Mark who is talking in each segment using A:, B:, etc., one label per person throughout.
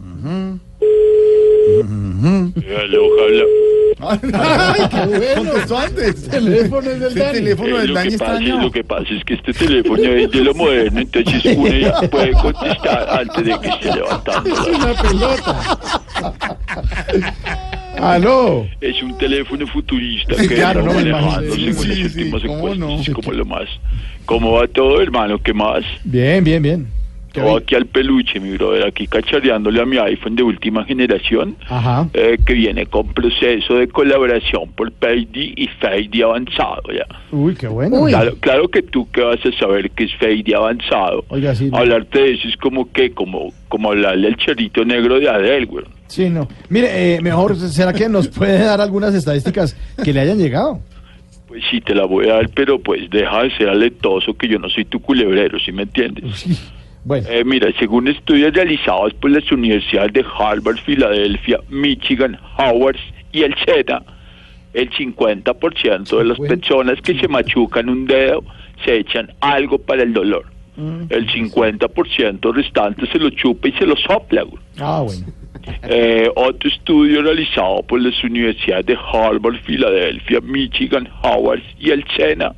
A: Aló, Eh, habla.
B: ¡Ay, qué bueno! Eso antes. El teléfono es del Dani. El teléfono
A: Eh,
B: del
A: lo,
B: Dani este
A: que
B: está
A: pasa, es- lo que pasa es que este teléfono es de lo moderno, entonces uno puede contestar antes de que se levantando.
B: una pelota. ¡Aló!
A: Es un teléfono futurista que
B: Claro, no
A: estamos
B: me
A: manejando
B: imagino.
A: según
B: Sí,
A: las
B: sí,
A: últimas
B: ¿cómo no?
A: encuestas, como lo más. ¿Cómo va todo, hermano? ¿Qué más?
B: Bien, bien, bien. ¿Qué
A: Todo
B: bien.
A: aquí al peluche, mi brother, aquí cachareándole a mi iPhone de última generación.
B: Ajá.
A: eh, que viene con proceso de colaboración por PayD y FAID avanzado. ¿ya?
B: Uy, qué bueno.
A: Claro, claro que tú que vas a saber que es FAID avanzado.
B: Oiga, sí. no.
A: Hablarte de eso es como que, como, como hablarle al charito negro de Adel, güey.
B: Sí, no. Mire, eh, mejor, ¿será que nos puede dar algunas estadísticas que le hayan llegado?
A: Pues sí, te la voy a dar, pero pues deja de ser aletoso que yo no soy tu culebrero, ¿sí me entiendes?
B: Bueno.
A: Eh, mira, según estudios realizados por las universidades de Harvard, Filadelfia, Michigan, Howard y el SEDA, el 50% de las personas que se machucan un dedo se echan algo para el dolor. El 50% restante se lo chupa y se lo sopla. güey.
B: Ah, bueno.
A: Eh, otro estudio realizado por las universidades de Harvard, Filadelfia, Michigan, Howard y el SENA.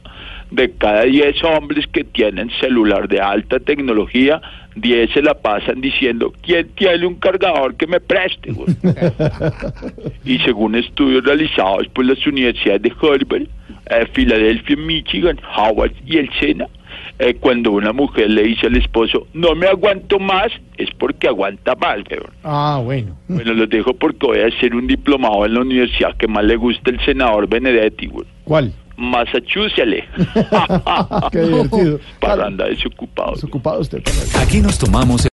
A: De cada 10 hombres que tienen celular de alta tecnología, 10 se la pasan diciendo, ¿quién tiene un cargador que me preste? güey?" y según estudios realizados por las universidades de Harvard, eh, Filadelfia, Michigan, Howard y el SENA, eh, cuando una mujer le dice al esposo, no me aguanto más, es porque aguanta más, weón.
B: Ah, bueno.
A: Bueno, los dejo porque voy a hacer un diplomado en la universidad que más le gusta el senador Benedetti, güey.
B: ¿Cuál?
A: Massachusetts.
B: Qué divertido.
A: Paranda desocupado.
B: Desocupado usted.
C: Aquí nos tomamos